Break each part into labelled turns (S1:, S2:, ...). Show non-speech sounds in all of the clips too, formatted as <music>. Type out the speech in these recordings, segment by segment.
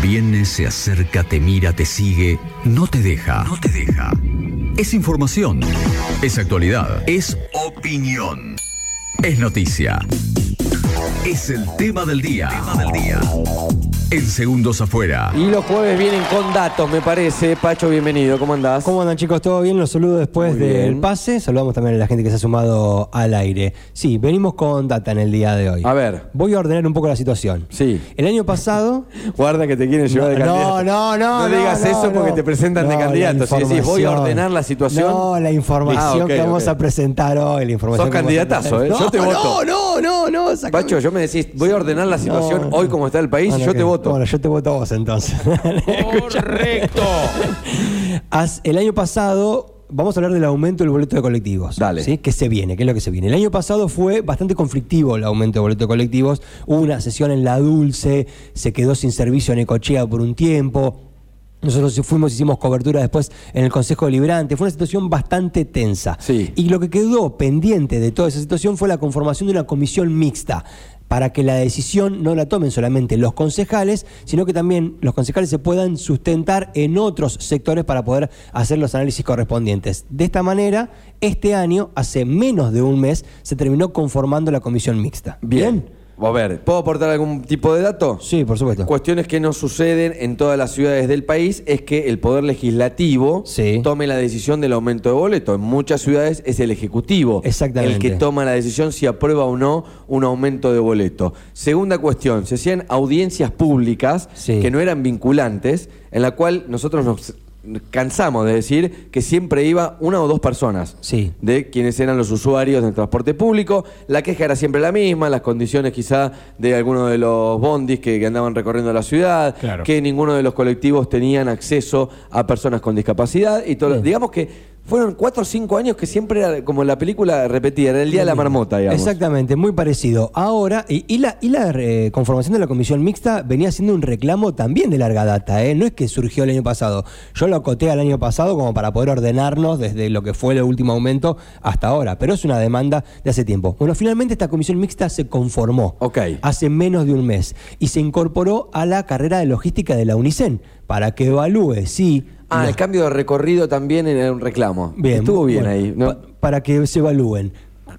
S1: Viene, se acerca, te mira, te sigue, no te deja. No te deja. Es información. Es actualidad. Es opinión. Es noticia. Es el tema del día. En segundos afuera.
S2: Y los jueves vienen con datos, me parece. Pacho, bienvenido. ¿Cómo andás?
S3: ¿Cómo andan chicos? ¿Todo bien? Los saludo después
S2: Muy
S3: del
S2: bien.
S3: pase. Saludamos también a la gente que se ha sumado al aire. Sí, venimos con data en el día de hoy.
S2: A ver.
S3: Voy a ordenar un poco la situación.
S2: Sí.
S3: El año pasado...
S2: <laughs> Guarda que te quieren llevar de
S3: No,
S2: candidato.
S3: no, no,
S2: No
S3: no,
S2: digas
S3: no,
S2: eso porque
S3: no.
S2: te presentan de
S3: No, la
S2: candidato. Si decís, voy a
S3: información.
S2: ordenar la situación.
S3: No, la información
S2: Ah, ok,
S3: que vamos
S2: ok.
S3: a presentar hoy. La información
S2: Sos
S3: que vamos a
S2: candidatazo,
S3: presentar.
S2: ¿eh? Yo te
S3: No,
S2: voto.
S3: No, no, no, no. sacame.
S2: Pacho, yo me decís, voy a ordenar la situación
S3: No.
S2: hoy como está el país y
S3: Bueno,
S2: yo
S3: que-
S2: te voto.
S3: Bueno, yo te voto a vos entonces.
S4: Correcto.
S3: <laughs> As- el año pasado, vamos a hablar del aumento del boleto de colectivos.
S2: Dale.
S3: ¿sí? ¿Qué se viene? ¿Qué es lo que se viene? El año pasado fue bastante conflictivo el aumento de boleto de colectivos. Hubo una sesión en La Dulce, se quedó sin servicio en Ecochea por un tiempo. Nosotros fuimos, hicimos cobertura después en el Consejo Deliberante. Fue una situación bastante tensa.
S2: Sí.
S3: Y lo que quedó pendiente de toda esa situación fue la conformación de una comisión mixta para que la decisión no la tomen solamente los concejales, sino que también los concejales se puedan sustentar en otros sectores para poder hacer los análisis correspondientes. De esta manera, este año, hace menos de un mes, se terminó conformando la comisión mixta.
S2: Bien. A ver, ¿puedo aportar algún tipo de dato?
S3: Sí, por supuesto.
S2: Cuestiones que no suceden en todas las ciudades del país es que el poder legislativo
S3: Sí.
S2: tome la decisión del aumento de boleto. En muchas ciudades es el ejecutivo
S3: Exactamente.
S2: el que toma la decisión si aprueba o no un aumento de boleto. Segunda cuestión, se hacían audiencias públicas
S3: Sí.
S2: que no eran vinculantes, en la cual nosotros nos cansamos de decir que siempre iba una o dos personas
S3: Sí.
S2: de quienes eran los usuarios del transporte público. La queja era siempre la misma, las condiciones quizá de alguno de los bondis que, que andaban recorriendo la ciudad,
S4: Claro.
S2: que ninguno de los colectivos tenían acceso a personas con discapacidad y todo. lo- Digamos que fueron cuatro o cinco años que siempre era como la película repetida, era el día de la marmota, digamos.
S3: Exactamente, muy parecido. Ahora, y, y la, y la eh, conformación de la comisión mixta venía siendo un reclamo también de larga data, ¿eh? no es que surgió el año pasado. Yo lo acoté al año pasado como para poder ordenarnos desde lo que fue el último aumento hasta ahora, pero es una demanda de hace tiempo. Bueno, finalmente esta comisión mixta se conformó
S2: Ok.
S3: hace menos de un mes y se incorporó a la carrera de logística de la UNICEN para que evalúe si...
S2: Ah,
S3: los-
S2: el cambio de recorrido también era un reclamo.
S3: Bien,
S2: Estuvo bien
S3: bueno,
S2: ahí. ¿no?
S3: pa- para que se evalúen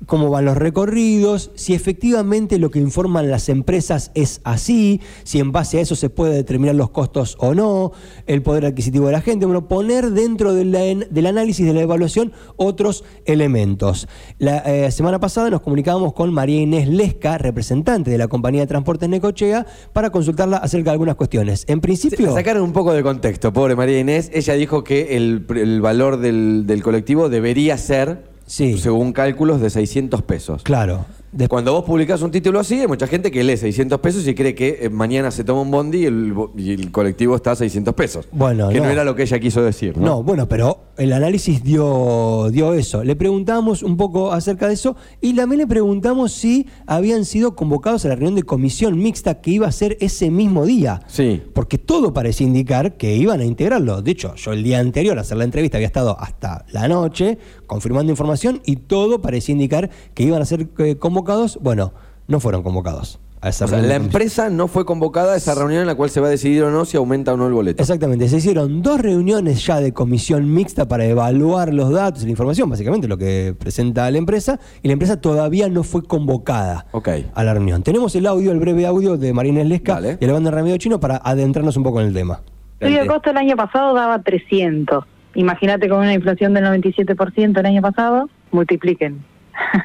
S3: cómo van los recorridos, si efectivamente lo que informan las empresas es así, si en base a eso se puede determinar los costos o no, el poder adquisitivo de la gente, bueno, poner dentro de la en- del análisis de la evaluación otros elementos. La eh, semana pasada nos comunicábamos con María Inés Lesca, representante de la compañía de transportes Necochea, para consultarla acerca de algunas cuestiones. En
S2: Se-
S3: principio...
S2: la sacaron un poco de contexto, pobre María Inés. Ella dijo que el, pr- el valor del, del colectivo debería ser,
S3: Sí.
S2: según cálculos, de 600 pesos.
S3: Claro. después
S2: Cuando vos publicás un título así, hay mucha gente que lee 600 pesos y cree que eh, mañana se toma un bondi y el, bo- y el colectivo está a 600 pesos.
S3: Bueno,
S2: que no.
S3: no.
S2: era lo que ella quiso decir.
S3: No, bueno, pero el análisis dio, dio eso. Le preguntamos un poco acerca de eso y también le preguntamos si habían sido convocados a la reunión de comisión mixta que iba a ser ese mismo día.
S2: Sí.
S3: Porque todo parecía indicar que iban a integrarlo. De hecho, yo el día anterior a hacer la entrevista había estado hasta la noche confirmando información y todo parecía indicar que iban a ser eh, convocados. Bueno, no fueron convocados. A esa
S2: O sea,
S3: reunión
S2: la
S3: de comisión.
S2: empresa no fue convocada a esa reunión en la cual se va a decidir o no si aumenta o no el boleto.
S3: Exactamente, se hicieron dos reuniones ya de comisión mixta para evaluar los datos y la información, básicamente lo que presenta la empresa, y la empresa todavía no fue convocada
S2: Ok.
S3: a la reunión. Tenemos el audio, el breve audio de Marina Lesca
S2: Dale.
S3: y la banda Ramiro Chino para adentrarnos un poco en el tema.
S5: Estudio de costo el año pasado daba 300. Imagínate con una inflación del 97% el año pasado, multipliquen. <laughs>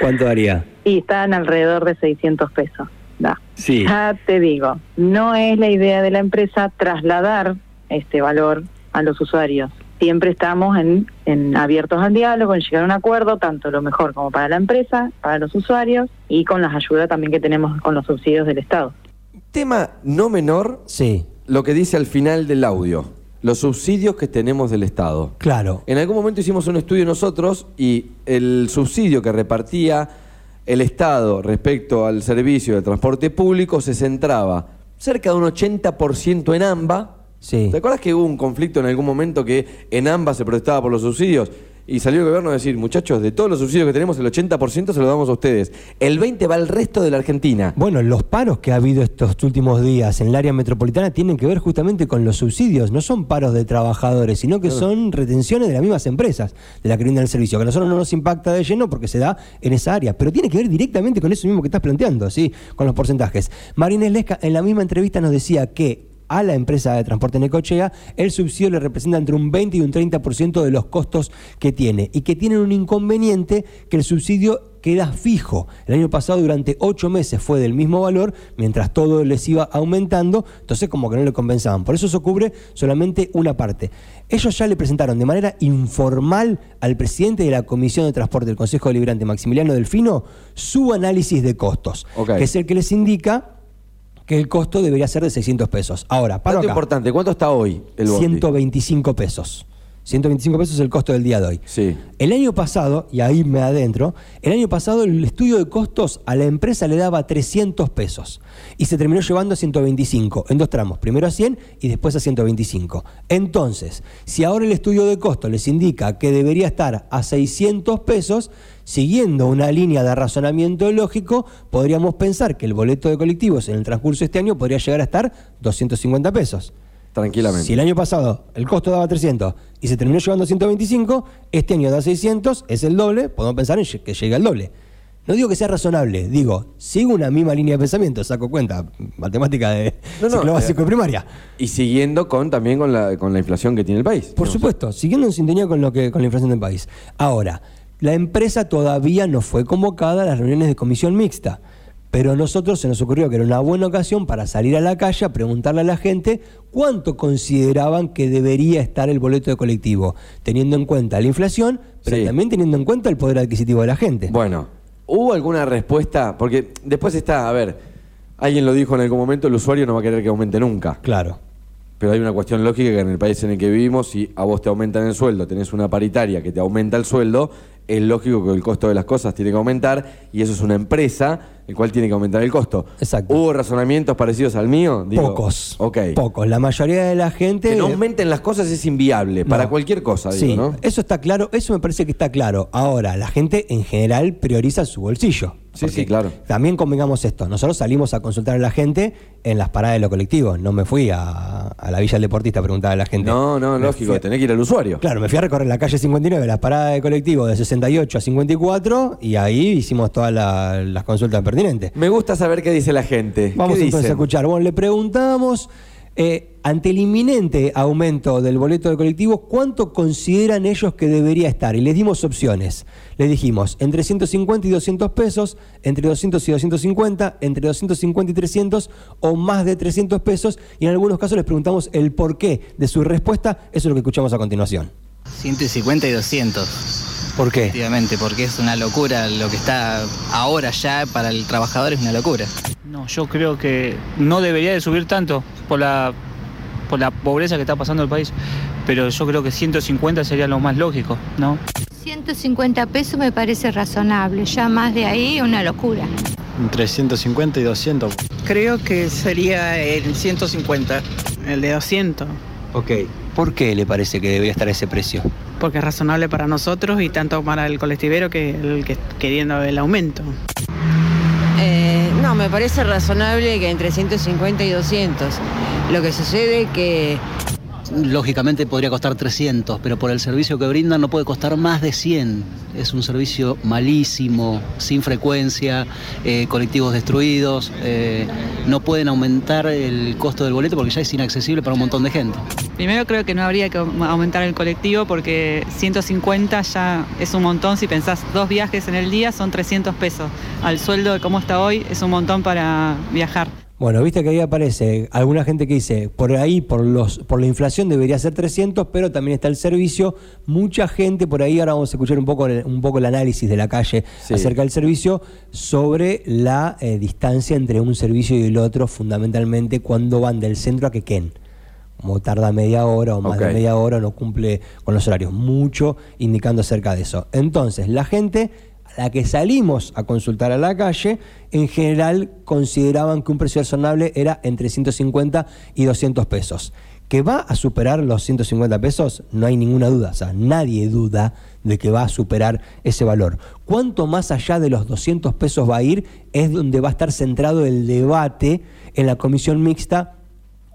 S6: ¿Cuánto haría?
S5: Y están alrededor de 600 pesos. Da.
S6: Sí.
S5: Ya te digo, no es la idea de la empresa trasladar este valor a los usuarios. Siempre estamos en, en abiertos al diálogo, en llegar a un acuerdo, tanto lo mejor como para la empresa, para los usuarios y con las ayudas también que tenemos con los subsidios del Estado.
S2: Tema no menor,
S3: Sí,
S2: lo que dice al final del audio. Los subsidios que tenemos del Estado.
S3: claro.
S2: En algún momento hicimos un estudio nosotros y el subsidio que repartía el Estado respecto al servicio de transporte público se centraba cerca de un 80% en AMBA.
S3: Sí.
S2: ¿Te acuerdas que hubo un conflicto en algún momento que en AMBA se protestaba por los subsidios? y salió el gobierno a decir, muchachos, de todos los subsidios que tenemos, el 80% se lo damos a ustedes. El 20% va al resto de la Argentina.
S3: Bueno, los paros que ha habido estos últimos días en el área metropolitana tienen que ver justamente con los subsidios. No son paros de trabajadores, sino que son retenciones de las mismas empresas de la que brindan el servicio, que a nosotros no nos impacta de lleno porque se da en esa área. Pero tiene que ver directamente con eso mismo que estás planteando, ¿sí? Con los porcentajes. Marínez Lesca en la misma entrevista nos decía que a la empresa de transporte Necochea, el subsidio le representa entre un 20 y un 30% de los costos que tiene. Y que tienen un inconveniente que el subsidio queda fijo. El año pasado durante ocho meses fue del mismo valor, mientras todo les iba aumentando, entonces como que no le compensaban. Por eso eso cubre solamente una parte. Ellos ya le presentaron de manera informal al presidente de la Comisión de Transporte del Consejo Deliberante, Maximiliano Delfino, su análisis de costos,
S2: Ok.
S3: que es el que les indica que el costo debería ser de 600 pesos. Ahora, paro
S2: Dato
S3: acá.
S2: importante, ¿cuánto está hoy el bondi?
S3: 125 pesos. 125 pesos es el costo del día de hoy.
S2: Sí.
S3: El año pasado, y ahí me adentro, el año pasado el estudio de costos a la empresa le daba 300 pesos y se terminó llevando a 125 en dos tramos, primero a 100 y después a 125. Entonces, si ahora el estudio de costos les indica que debería estar a 600 pesos, siguiendo una línea de razonamiento lógico, podríamos pensar que el boleto de colectivos en el transcurso de este año podría llegar a estar 250 pesos.
S2: Tranquilamente.
S3: Si el año pasado el costo daba 300 y se terminó llevando 125, este año da 600, es el doble, podemos pensar en lle- que llegue al doble. No digo que sea razonable, digo, sigo una misma línea de pensamiento, saco cuenta, matemática de
S2: No, no,
S3: ciclo básico
S2: eh,
S3: y primaria.
S2: Y siguiendo con también con la, con la inflación que tiene el país.
S3: Por supuesto, siguiendo en sintonía con, lo que, con la inflación del país. Ahora, la empresa todavía no fue convocada a las reuniones de comisión mixta, pero a nosotros se nos ocurrió que era una buena ocasión para salir a la calle a preguntarle a la gente cuánto consideraban que debería estar el boleto de colectivo, teniendo en cuenta la inflación, pero
S2: Sí.
S3: también teniendo en cuenta el poder adquisitivo de la gente.
S2: Bueno, ¿hubo alguna respuesta? Porque después está, a ver, alguien lo dijo en algún momento, el usuario no va a querer que aumente nunca.
S3: Claro.
S2: Pero hay una cuestión lógica que en el país en el que vivimos, si a vos te aumentan el sueldo, tenés una paritaria que te aumenta el sueldo, es lógico que el costo de las cosas tiene que aumentar y eso es una empresa, el cual tiene que aumentar el costo.
S3: Exacto.
S2: ¿Hubo razonamientos parecidos al mío? Digo,
S3: pocos.
S2: Ok.
S3: Pocos. La mayoría de la gente.
S2: Que no aumenten las cosas es inviable,
S3: No.
S2: para cualquier cosa, digo,
S3: Sí,
S2: ¿no?
S3: Eso está claro, eso me parece que está claro. Ahora, la gente en general prioriza su bolsillo.
S2: Sí,
S3: Porque
S2: sí, claro.
S3: También convengamos esto, nosotros salimos a consultar a la gente en las paradas de los colectivos, no me fui a, a la Villa del Deportista a preguntar a la gente.
S2: No, no,
S3: Me
S2: lógico,
S3: fui-
S2: tenés que ir al usuario.
S3: Claro, me fui a recorrer la calle 59, la parada de colectivo de 68 a 54 y ahí hicimos todas la- las consultas pertinentes.
S2: Me gusta saber qué dice la gente.
S3: Vamos
S2: ¿Qué
S3: entonces a
S2: dicen?
S3: escuchar. Bueno, le preguntamos, eh, ante el inminente aumento del boleto de colectivo, ¿cuánto consideran ellos que debería estar? Y les dimos opciones. Les dijimos, entre 150 y 200 pesos, entre 200 y 250, entre 250 y 300 o más de 300 pesos. Y en algunos casos les preguntamos el porqué de su respuesta. Eso es lo que escuchamos a continuación.
S7: 150 y 200,
S3: ¿Por qué?
S7: efectivamente, porque es una locura lo que está ahora ya para el trabajador es una locura.
S8: No, yo creo que no debería de subir tanto por la, por la pobreza que está pasando el país, pero yo creo que 150 sería lo más lógico, ¿no?
S9: 150 pesos me parece razonable, ya más de ahí una locura.
S10: Entre 150 y 200.
S11: Creo que sería el 150, el de 200,
S3: Ok. ¿Por qué le parece que debería estar ese precio?
S11: porque es razonable para nosotros y tanto para el colectivero que el que está queriendo el aumento.
S9: Eh, no, me parece razonable que entre 150 y 200. Lo que sucede que
S6: Lógicamente podría costar 300, pero por el servicio que brindan no puede costar más de 100. Es un servicio malísimo, sin frecuencia, eh, colectivos destruidos. eh, no pueden aumentar el costo del boleto porque ya es inaccesible para un montón de gente.
S11: Primero creo que no habría que aumentar el colectivo porque 150 ya es un montón. Si pensás dos viajes en el día son 300 pesos. Al sueldo de cómo está hoy es un montón para viajar.
S3: Bueno, viste que ahí aparece alguna gente que dice, por ahí, por los por la inflación debería ser 300, pero también está el servicio. Mucha gente por ahí, ahora vamos a escuchar un poco el, un poco el análisis de la calle
S2: Sí.
S3: acerca del servicio, sobre la eh, distancia entre un servicio y el otro, fundamentalmente cuando van del centro a Quequén. Como tarda media hora o más
S2: Ok.
S3: de media hora, no cumple con los horarios. Mucho indicando acerca de eso. Entonces, la gente a la que salimos a consultar a la calle, en general consideraban que un precio razonable era entre 150 y 200 pesos. Que va a superar los 150 pesos, no hay ninguna duda, o sea, nadie duda de que va a superar ese valor. Cuanto más allá de los 200 pesos va a ir, es donde va a estar centrado el debate en la comisión mixta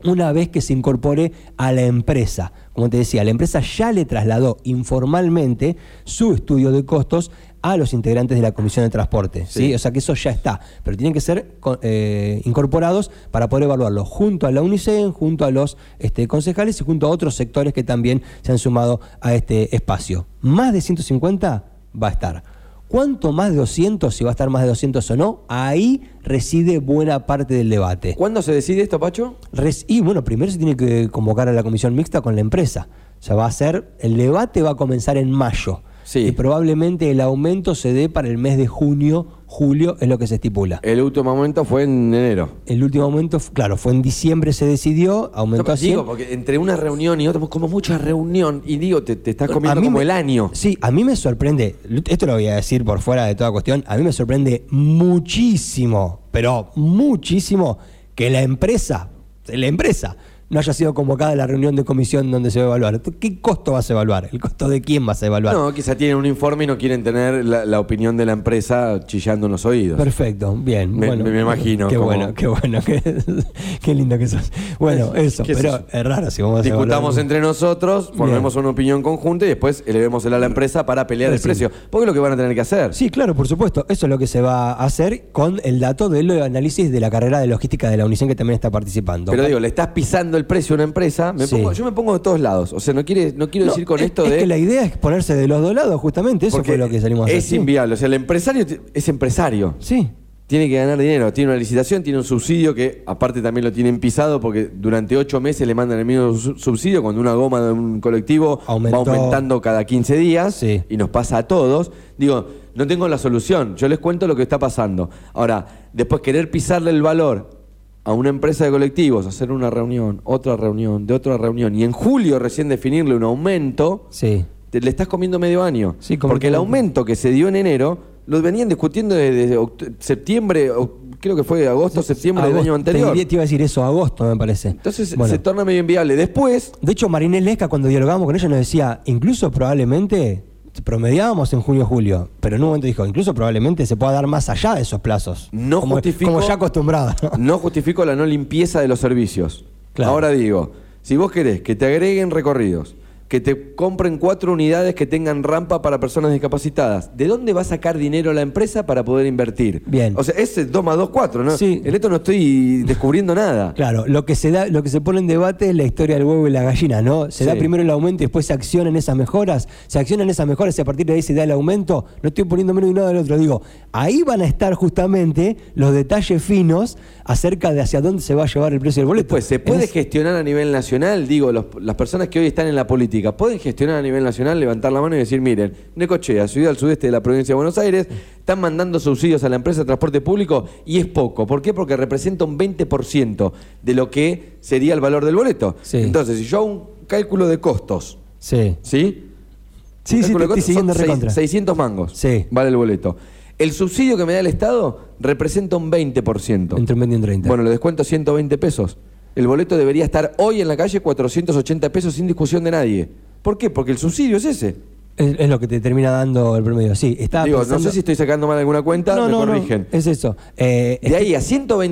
S3: una vez que se incorpore a la empresa. Como te decía, la empresa ya le trasladó informalmente su estudio de costos a los integrantes de la Comisión de Transporte. Sí. ¿sí? O sea que eso ya está, pero tienen que ser eh, incorporados para poder evaluarlo junto a la UNICEN, junto a los este, concejales y junto a otros sectores que también se han sumado a este espacio. Más de 150 va a estar. ¿Cuánto más de 200, si va a estar más de 200 o no? Ahí reside buena parte del debate.
S2: ¿Cuándo se decide esto, Pacho?
S3: Res y bueno, primero se tiene que convocar a la comisión mixta con la empresa. O sea, va a ser, el debate va a comenzar en mayo.
S2: Sí.
S3: Y probablemente el aumento se dé para el mes de junio, julio, es lo que se estipula.
S2: El último aumento fue en enero.
S3: El último aumento, claro, fue en diciembre se decidió, aumentó
S2: No,
S3: a 100.
S2: digo, porque entre una reunión y otra, como mucha reunión, y digo, te, te estás comiendo
S3: A mí
S2: como
S3: me-
S2: el año.
S3: Sí, a mí me sorprende, esto lo voy a decir por fuera de toda cuestión, a mí me sorprende muchísimo, pero muchísimo, que la empresa, la empresa, no haya sido convocada a la reunión de comisión donde se va a evaluar. ¿Qué costo vas a evaluar? ¿El costo de quién vas a evaluar?
S2: No, quizá tienen un informe y no quieren tener la, la opinión de la empresa chillando en los oídos.
S3: Perfecto, bien.
S2: Me-
S3: bueno,
S2: me- me imagino
S3: Qué
S2: cómo-
S3: bueno, qué bueno, qué, <laughs> qué lindo que sos. Bueno, eso,
S2: ¿Qué sé
S3: pero
S2: yo?
S3: es raro si vamos a
S2: Discutamos
S3: evaluar-
S2: entre nosotros, formemos una opinión conjunta y después elevemos a la empresa para pelear el
S3: Sí.
S2: precio. Porque es lo que van a tener que hacer.
S3: Sí, claro, por supuesto. Eso es lo que se va a hacer con el dato del análisis de la carrera de logística de la UNICEN que también está participando.
S2: Pero digo, le estás pisando el precio a una empresa. me
S3: Sí.
S2: pongo- yo me pongo de todos lados. O sea, no, quiere, no quiero
S3: No,
S2: decir con
S3: es-
S2: esto
S3: es
S2: de.
S3: que la idea es ponerse de los dos lados, justamente. Eso
S2: porque
S3: fue lo que salimos a hacer.
S2: Es
S3: sí.
S2: inviable. O sea, el empresario t- es empresario.
S3: Sí.
S2: Tiene que ganar dinero, tiene una licitación, tiene un subsidio que aparte también lo tienen pisado porque durante ocho meses le mandan el mismo su- subsidio cuando una goma de un colectivo
S3: Aumentó.
S2: va aumentando cada 15 días
S3: Sí.
S2: y nos pasa a todos. Digo, no tengo la solución, yo les cuento lo que está pasando. Ahora, después querer pisarle el valor a una empresa de colectivos, hacer una reunión, otra reunión, de otra reunión y en julio recién definirle un aumento,
S3: Sí.
S2: te- le estás comiendo medio año.
S3: Sí,
S2: porque
S3: completamente.
S2: el aumento que se dio en enero lo venían discutiendo desde oct- septiembre, o- creo que fue agosto, septiembre del año
S3: Agosto-
S2: anterior.
S3: Te, diría- te iba a decir eso, agosto me parece.
S2: Entonces
S3: Bueno.
S2: se torna medio inviable.
S3: <laughs>
S2: Después,
S3: De hecho, Marinés Lesca, cuando dialogábamos con ella, nos decía, incluso probablemente, promediábamos en junio-julio, pero en un momento dijo, incluso probablemente se pueda dar más allá de esos plazos.
S2: No
S3: como,
S2: justifico-
S3: Como ya acostumbrada.
S2: no justifico la no limpieza de los servicios.
S3: Claro.
S2: Ahora digo, si vos querés que te agreguen recorridos, que te compren cuatro unidades que tengan rampa para personas discapacitadas, ¿de dónde va a sacar dinero la empresa para poder invertir?
S3: Bien.
S2: O sea, ese 2 más 2, 4, ¿no?
S3: Sí.
S2: En esto no estoy descubriendo
S3: <laughs>
S2: nada.
S3: Claro, lo que se da, lo que se pone en debate es la historia del huevo y la gallina, ¿no? Se da
S2: Sí.
S3: primero el aumento y después se accionan esas mejoras, se accionan esas mejoras y a partir de ahí se da el aumento. No estoy poniendo menos de un lado del otro, digo, ahí van a estar justamente los detalles finos acerca de hacia dónde se va a llevar el precio del boleto.
S2: Pues se
S3: En
S2: puede
S3: ese-
S2: gestionar a nivel nacional, digo, los- las personas que hoy están en la política, pueden gestionar a nivel nacional, levantar la mano y decir, miren, Necochea, ciudad al sudeste de la provincia de Buenos Aires, están mandando subsidios a la empresa de transporte público y es poco. ¿Por qué? Porque representa un 20% de lo que sería el valor del boleto.
S3: Sí.
S2: Entonces, si yo hago un cálculo de costos,
S3: Sí.
S2: ¿sí?
S3: Sí,
S2: El
S3: sí, te
S2: cálculo de
S3: estoy
S2: costos
S3: siguiendo
S2: son seis-
S3: recontra.
S2: 600 mangos
S3: Sí.
S2: vale el boleto. El subsidio que me da el Estado representa un 20%.
S3: Entre un 20 y un 30.
S2: Bueno, le descuento 120 pesos. El boleto debería estar hoy en la calle 480 pesos sin discusión de nadie. ¿Por qué? Porque el subsidio es ese.
S3: Es, es lo que te termina dando el promedio. Sí, está.
S2: Digo, no sé si estoy sacando mal alguna cuenta, me corrigen.
S3: es eso. Eh,
S2: De ahí a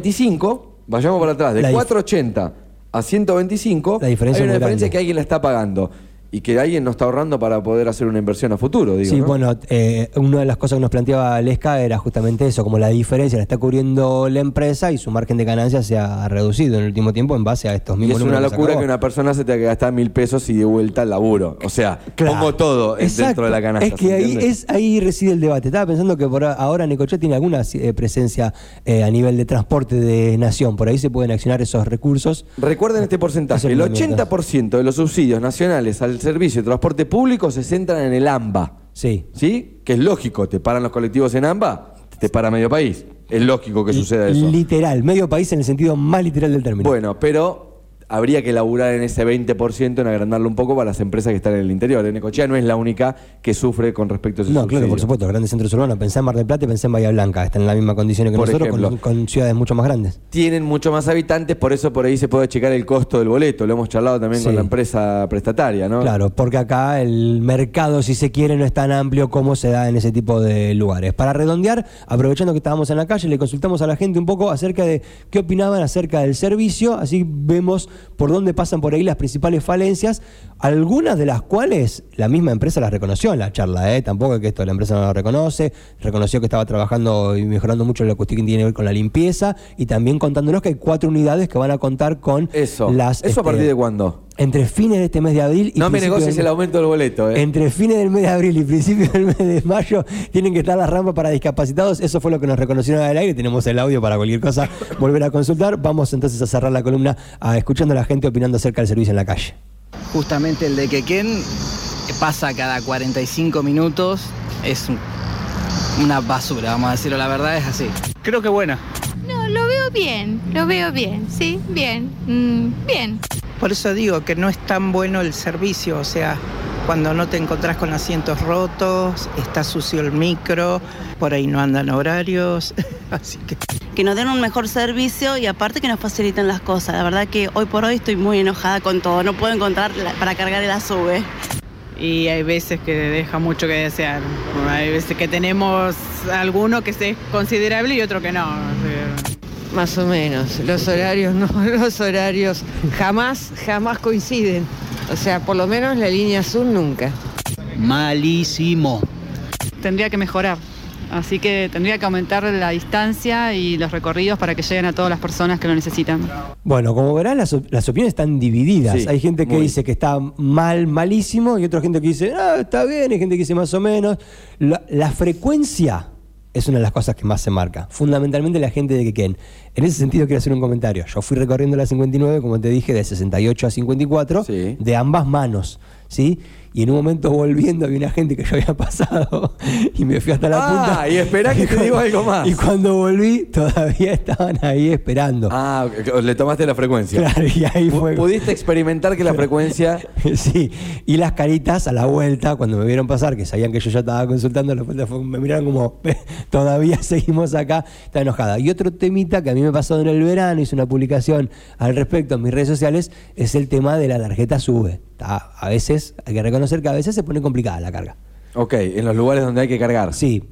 S2: 125, vayamos para atrás, de
S3: La dif-
S2: 480 a 125,
S3: La diferencia
S2: hay
S3: es
S2: una
S3: muy
S2: diferencia
S3: grande.
S2: que alguien la está pagando y que alguien no está ahorrando para poder hacer una inversión a futuro, digo.
S3: sí,
S2: ¿no?
S3: bueno, eh, una de las cosas que nos planteaba Lesca era justamente eso, como la diferencia la está cubriendo la empresa y su margen de ganancia se ha reducido en el último tiempo en base a estos
S2: Y
S3: mismos
S2: es una
S3: números se
S2: locura
S3: acabó.
S2: que una persona se tenga que gastar mil pesos y de vuelta al laburo. O sea,
S3: Claro.
S2: pongo todo en-
S3: Exacto.
S2: dentro de la canasta.
S3: Es
S2: ¿se
S3: que ahí,
S2: entiende?
S3: es, ahí reside el debate. Estaba pensando que por a- ahora Necochea tiene alguna eh, presencia eh, a nivel de transporte de nación. Por ahí se pueden accionar esos recursos.
S2: Recuerden este porcentaje.
S3: Esos
S2: El
S3: números.
S2: 80% de los subsidios nacionales al servicio de transporte público se centran en el AMBA.
S3: Sí.
S2: ¿Sí? Que es lógico, te paran los colectivos en AMBA, te para medio país. Es lógico que suceda eso.
S3: Literal, medio país en el sentido más literal del término.
S2: Bueno, pero habría que laburar en ese 20% en agrandarlo un poco para las empresas que están en el interior. En Ecochea no es la única que sufre con respecto a ese
S3: No,
S2: subsidio.
S3: claro, por supuesto, grandes centros urbanos. Pensá en Mar del Plata y pensá en Bahía Blanca. Están en la misma condición que
S2: Por
S3: nosotros, con,
S2: ejemplo.
S3: con ciudades mucho más grandes.
S2: Tienen mucho más habitantes, por eso por ahí se puede checar el costo del boleto. Lo hemos charlado también con
S3: Sí.
S2: la empresa prestataria, ¿no?
S3: Claro, porque acá el mercado, si se quiere, no es tan amplio como se da en ese tipo de lugares. Para redondear, aprovechando que estábamos en la calle, le consultamos a la gente un poco acerca de qué opinaban acerca del servicio, así vemos por dónde pasan por ahí las principales falencias, algunas de las cuales la misma empresa las reconoció en la charla, ¿eh? tampoco es que esto la empresa no lo reconoce, reconoció que estaba trabajando y mejorando mucho la cuestión que tiene que ver con la limpieza y también contándonos que hay cuatro unidades que van a contar con
S2: Eso.
S3: las...
S2: ¿Eso a
S3: este,
S2: partir de cuándo?
S3: entre fines de este mes de abril y
S2: No me
S3: principio
S2: negocies
S3: del-
S2: el aumento del boleto, ¿eh?
S3: entre fines del mes de abril y principio del mes de mayo tienen que estar las rampas para discapacitados. Eso fue lo que nos reconocieron al aire. Tenemos el audio para cualquier cosa volver a consultar. Vamos entonces a cerrar la columna a escuchando a la gente opinando acerca del servicio en la calle.
S7: Justamente el de Quequén pasa cada 45 minutos, es un- una basura, vamos a decirlo, la verdad es así.
S8: Creo que buena.
S12: No, lo veo bien, lo veo bien, sí, bien, mm, bien.
S13: Por eso digo que no es tan bueno el servicio, o sea, cuando no te encontrás con asientos rotos, está sucio el micro, por ahí no andan horarios, <laughs> así que...
S14: que nos den un mejor servicio y aparte que nos faciliten las cosas. La verdad que hoy por hoy estoy muy enojada con todo, no puedo encontrar la- para cargar el sube.
S15: y hay veces que deja mucho que desear. Hay veces que tenemos alguno que es considerable y otro que no.
S9: Más o menos. Los horarios no, los horarios jamás, jamás coinciden. O sea, por lo menos la línea sur nunca.
S6: Malísimo.
S11: Tendría que mejorar. Así que tendría que aumentar la distancia y los recorridos para que lleguen a todas las personas que lo necesitan.
S3: Bueno, como verán, las, op- las opiniones están divididas.
S2: Sí,
S3: hay gente que
S2: muy.
S3: dice que está mal, malísimo, y otra gente que dice, ah, está bien, hay gente que dice más o menos. La, la frecuencia es una de las cosas que más se marca, fundamentalmente la gente de Quequén. En ese sentido quiero hacer un comentario. Yo fui recorriendo la 59, como te dije, de 68 a 54, de ambas manos, ¿sí? Y en un momento volviendo había una gente que yo había <laughs> pasado y me fui hasta la
S2: Ah,
S3: punta.
S2: y esperá que te
S3: cu-
S2: digo algo más.
S3: <laughs> Y cuando volví todavía estaban ahí esperando.
S2: Ah, le tomaste la frecuencia.
S3: Claro, y ahí fue.
S2: Pudiste experimentar que la frecuencia.
S3: <laughs> Sí, y las caritas a la vuelta, cuando me vieron pasar, que sabían que yo ya estaba consultando, a la vuelta fue- me miraron como, <laughs> todavía seguimos acá, está enojada. Y otro temita que a mí me pasó en el verano, hice una publicación al respecto en mis redes sociales, es el tema de la tarjeta sube. Está- a veces, hay que reconocer que a veces se pone complicada la carga.
S2: Ok, en los lugares donde hay que cargar.
S3: Sí,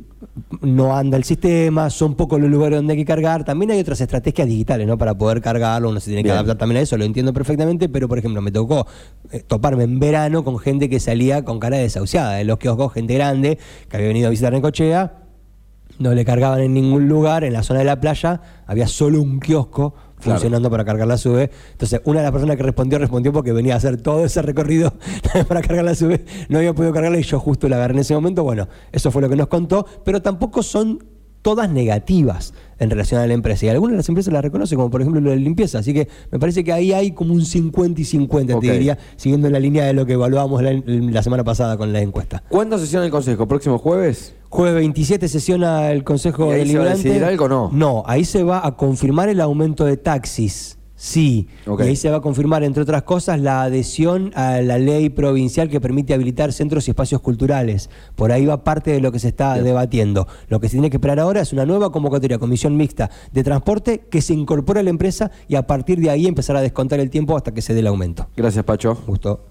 S3: no anda el sistema, son pocos los lugares donde hay que cargar. También hay otras estrategias digitales, ¿no? Para poder cargarlo, uno se tiene que
S2: Bien.
S3: adaptar también a eso, lo entiendo perfectamente, pero por ejemplo, me tocó eh, toparme en verano con gente que salía con cara desahuciada, de los kioscos, gente grande que había venido a visitar Necochea, no le cargaban en ningún lugar, en la zona de la playa había solo un kiosco
S2: Claro.
S3: funcionando para cargar la sube. Entonces, una de las personas que respondió, respondió porque venía a hacer todo ese recorrido <laughs> para cargar la sube. No había podido cargarla y yo justo la agarré en ese momento. Bueno, eso fue lo que nos contó, pero tampoco son todas negativas en relación a la empresa. Y algunas de las empresas las reconocen, como por ejemplo lo de limpieza. Así que me parece que ahí hay como un 50 y 50,
S2: Ok.
S3: te diría, siguiendo la línea de lo que evaluábamos la- la semana pasada con la encuesta.
S2: ¿Cuándo sesiona el consejo? ¿Próximo jueves?
S3: Jueves 27 sesiona el Consejo
S2: ¿Y ahí se va a
S3: Deliberante.
S2: decidir algo o no?
S3: No, ahí se va a confirmar el aumento de taxis. Sí,
S2: Ok.
S3: y ahí se va a confirmar, entre otras cosas, la adhesión a la ley provincial que permite habilitar centros y espacios culturales. Por ahí va parte de lo que se está debatiendo. Lo que se tiene que esperar ahora es una nueva convocatoria, comisión mixta de transporte, que se incorpore a la empresa y a partir de ahí empezar a descontar el tiempo hasta que se dé el aumento.
S2: Gracias, Pacho.
S3: Gusto.